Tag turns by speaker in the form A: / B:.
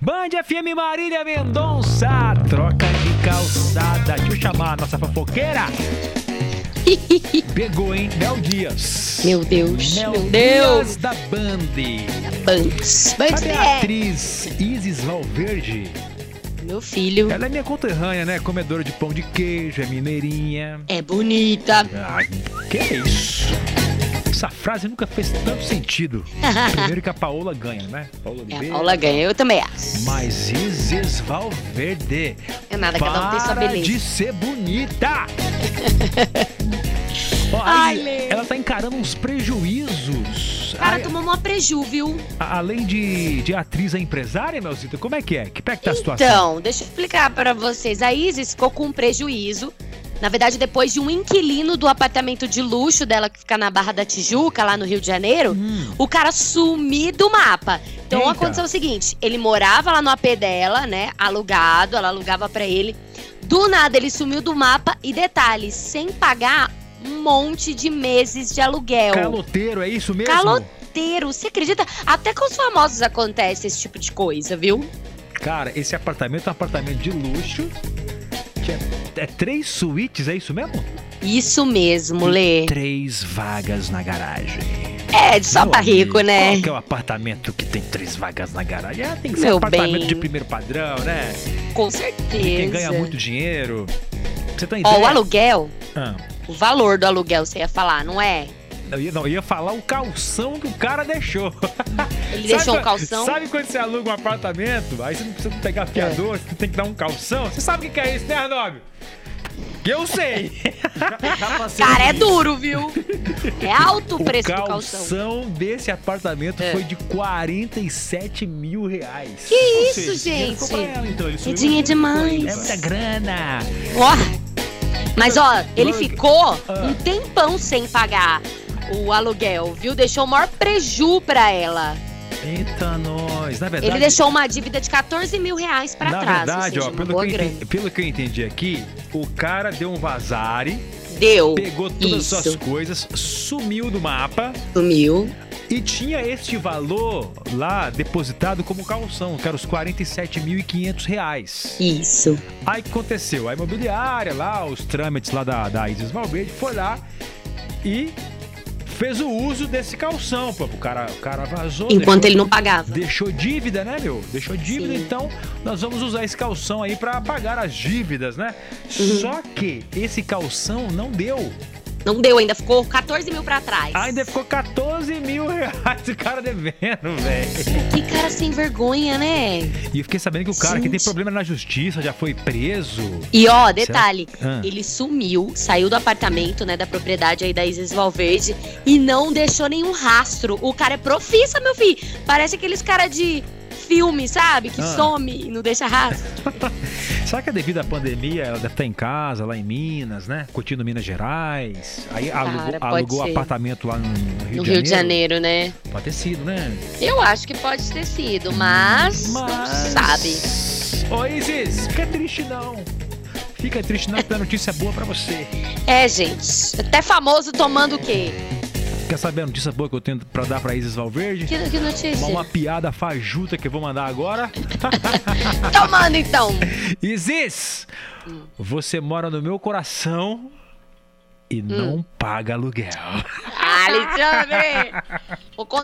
A: Band FM Marília Mendonça, troca de calçada. Deixa eu chamar a nossa fofoqueira. Pegou, hein? Mel Dias.
B: Meu Deus,
A: Mel
B: meu Deus.
A: Dias da Band.
B: Banks. Banks
A: Sabe a
B: é.
A: atriz Isis Valverde?
B: Meu filho.
A: Ela é minha conterrânea, né? Comedora de pão de queijo, é mineirinha.
B: É bonita.
A: Ai, que é isso? Essa frase nunca fez tanto sentido. Primeiro que a Paola ganha, né? Paola
B: É, a
A: Oliveira.
B: Paula ganha, eu também acho.
A: Mas Isis Valverde,
B: É nada, cada um tem sua
A: para
B: beleza.
A: de ser bonita! Ó,
B: Ai,
A: a Isis,
B: Lê.
A: ela tá encarando uns prejuízos.
B: Cara,
A: Ai,
B: tomou uma preju, viu?
A: a- Além de, de atriz, é empresária, Melzita? Como é que é? Que pé que tá a situação?
B: Então, deixa eu explicar pra vocês. A Isis ficou com um prejuízo. Na verdade, depois de um inquilino do apartamento de luxo dela, que fica na Barra da Tijuca, lá no Rio de Janeiro,
A: Hum,
B: o cara sumir do mapa. Então
A: Eita.
B: aconteceu o seguinte: ele morava lá no AP dela, né? Alugado, ela alugava pra ele. Do nada ele sumiu do mapa e detalhe, sem pagar um monte de meses de aluguel.
A: caloteiro, é isso mesmo?
B: Calo- Inteiro, você acredita? Até com os famosos acontece esse tipo de coisa, viu?
A: Cara, esse apartamento é um apartamento de luxo. que É, é três suítes, é isso mesmo?
B: Isso mesmo, Lê.
A: Três vagas na garagem.
B: É, só
A: Meu
B: pra
A: amigo,
B: rico, né?
A: Qual que é o apartamento que tem três vagas na garagem? Ah, tem que ser
B: Meu
A: apartamento
B: bem.
A: de primeiro padrão, né?
B: Com
A: De quem
B: certeza.
A: ganha muito dinheiro. Pra Você tá
B: é. Ó,
A: entendendo?
B: o aluguel,
A: Ah,
B: o valor do aluguel, você ia falar, não é?
A: eu ia- não, eu ia falar o calção que o cara deixou.
B: Ele
A: Sabe
B: deixou o
A: quando-
B: calção.
A: Sabe quando você aluga um apartamento? Aí você não precisa pegar
B: É.
A: fiador, você tem que dar um calção. Você sabe o que que é isso, né, Arnóbio? Eu sei!
B: Cara, é duro, viu? É alto o preço do calção.
A: calção desse apartamento
B: É.
A: foi de 47 mil reais.
B: Que
A: Ou
B: isso,
A: seja, dinheiro ficou pra
B: gente?
A: ela, então, ele sumiu.
B: Dinheiro demais.
A: É muita grana.
B: Ó, mas ó, ele
A: Mano,
B: ficou
A: ah.
B: um tempão sem pagar o aluguel, viu? Deixou o maior preju pra ela.
A: Eita, nós. Na É verdade,
B: Ele deixou uma dívida de 14 mil reais pra
A: na
B: trás. ou
A: verdade,
B: seja,
A: ó,
B: uma
A: pelo
B: boa
A: que, eu
B: grana.
A: entendi, pelo que eu entendi aqui, o cara deu um vazare,
B: Deu.
A: pegou todas
B: isso.
A: as suas coisas, sumiu do mapa
B: Sumiu.
A: e tinha este valor lá depositado como calção, que era os 47.500 reais.
B: Isso.
A: Aí o que aconteceu? A imobiliária lá, os trâmites lá da, da Isis Valverde foi lá e fez o uso desse calção. Pô. O, cara, o cara vazou. né?
B: Enquanto ele
A: deixou,
B: não pagava.
A: Deixou dívida, né, meu? Deixou dívida,
B: Sim.
A: então nós vamos usar esse calção aí pra pagar as dívidas, né?
B: Uhum.
A: Só que esse calção não deu.
B: Não deu ainda, ficou 14 mil pra trás.
A: Ainda ficou 14 mil reais o cara devendo, velho.
B: Que cara sem vergonha, né?
A: E eu fiquei sabendo que o cara que tem
B: Gente.
A: problema na justiça já foi preso.
B: E ó, detalhe,
A: Ah.
B: ele sumiu, saiu do apartamento, né, da propriedade aí da Isis Valverde e não deixou nenhum rastro. O cara é profissa, meu filho. Parece aqueles cara de filme, sabe? Que
A: Ah. É
B: some e não deixa rastro.
A: Será que é devido à pandemia ela deve estar em casa, lá em Minas, né? Curtindo Minas Gerais. Aí alugou,
B: pode
A: alugou
B: ser.
A: apartamento lá no, no Rio,
B: no
A: de
B: Rio de
A: Janeiro.
B: Janeiro, né?
A: Pode ter sido, né?
B: Eu acho que pode ter sido, mas, não sabe.
A: Ô Isis, fica triste não. Fica triste não, que a notícia boa pra você.
B: É, gente. Até famoso tomando o quê?
A: Quer saber a notícia boa que eu tenho pra dar pra Isis Valverde?
B: Que, que notícia?
A: Uma, uma piada fajuta que eu vou mandar agora.
B: Tomando então.
A: Isis,
B: Hum.
A: você mora no meu coração
B: Hum.
A: e não paga aluguel.
B: Alexandre! Vou contar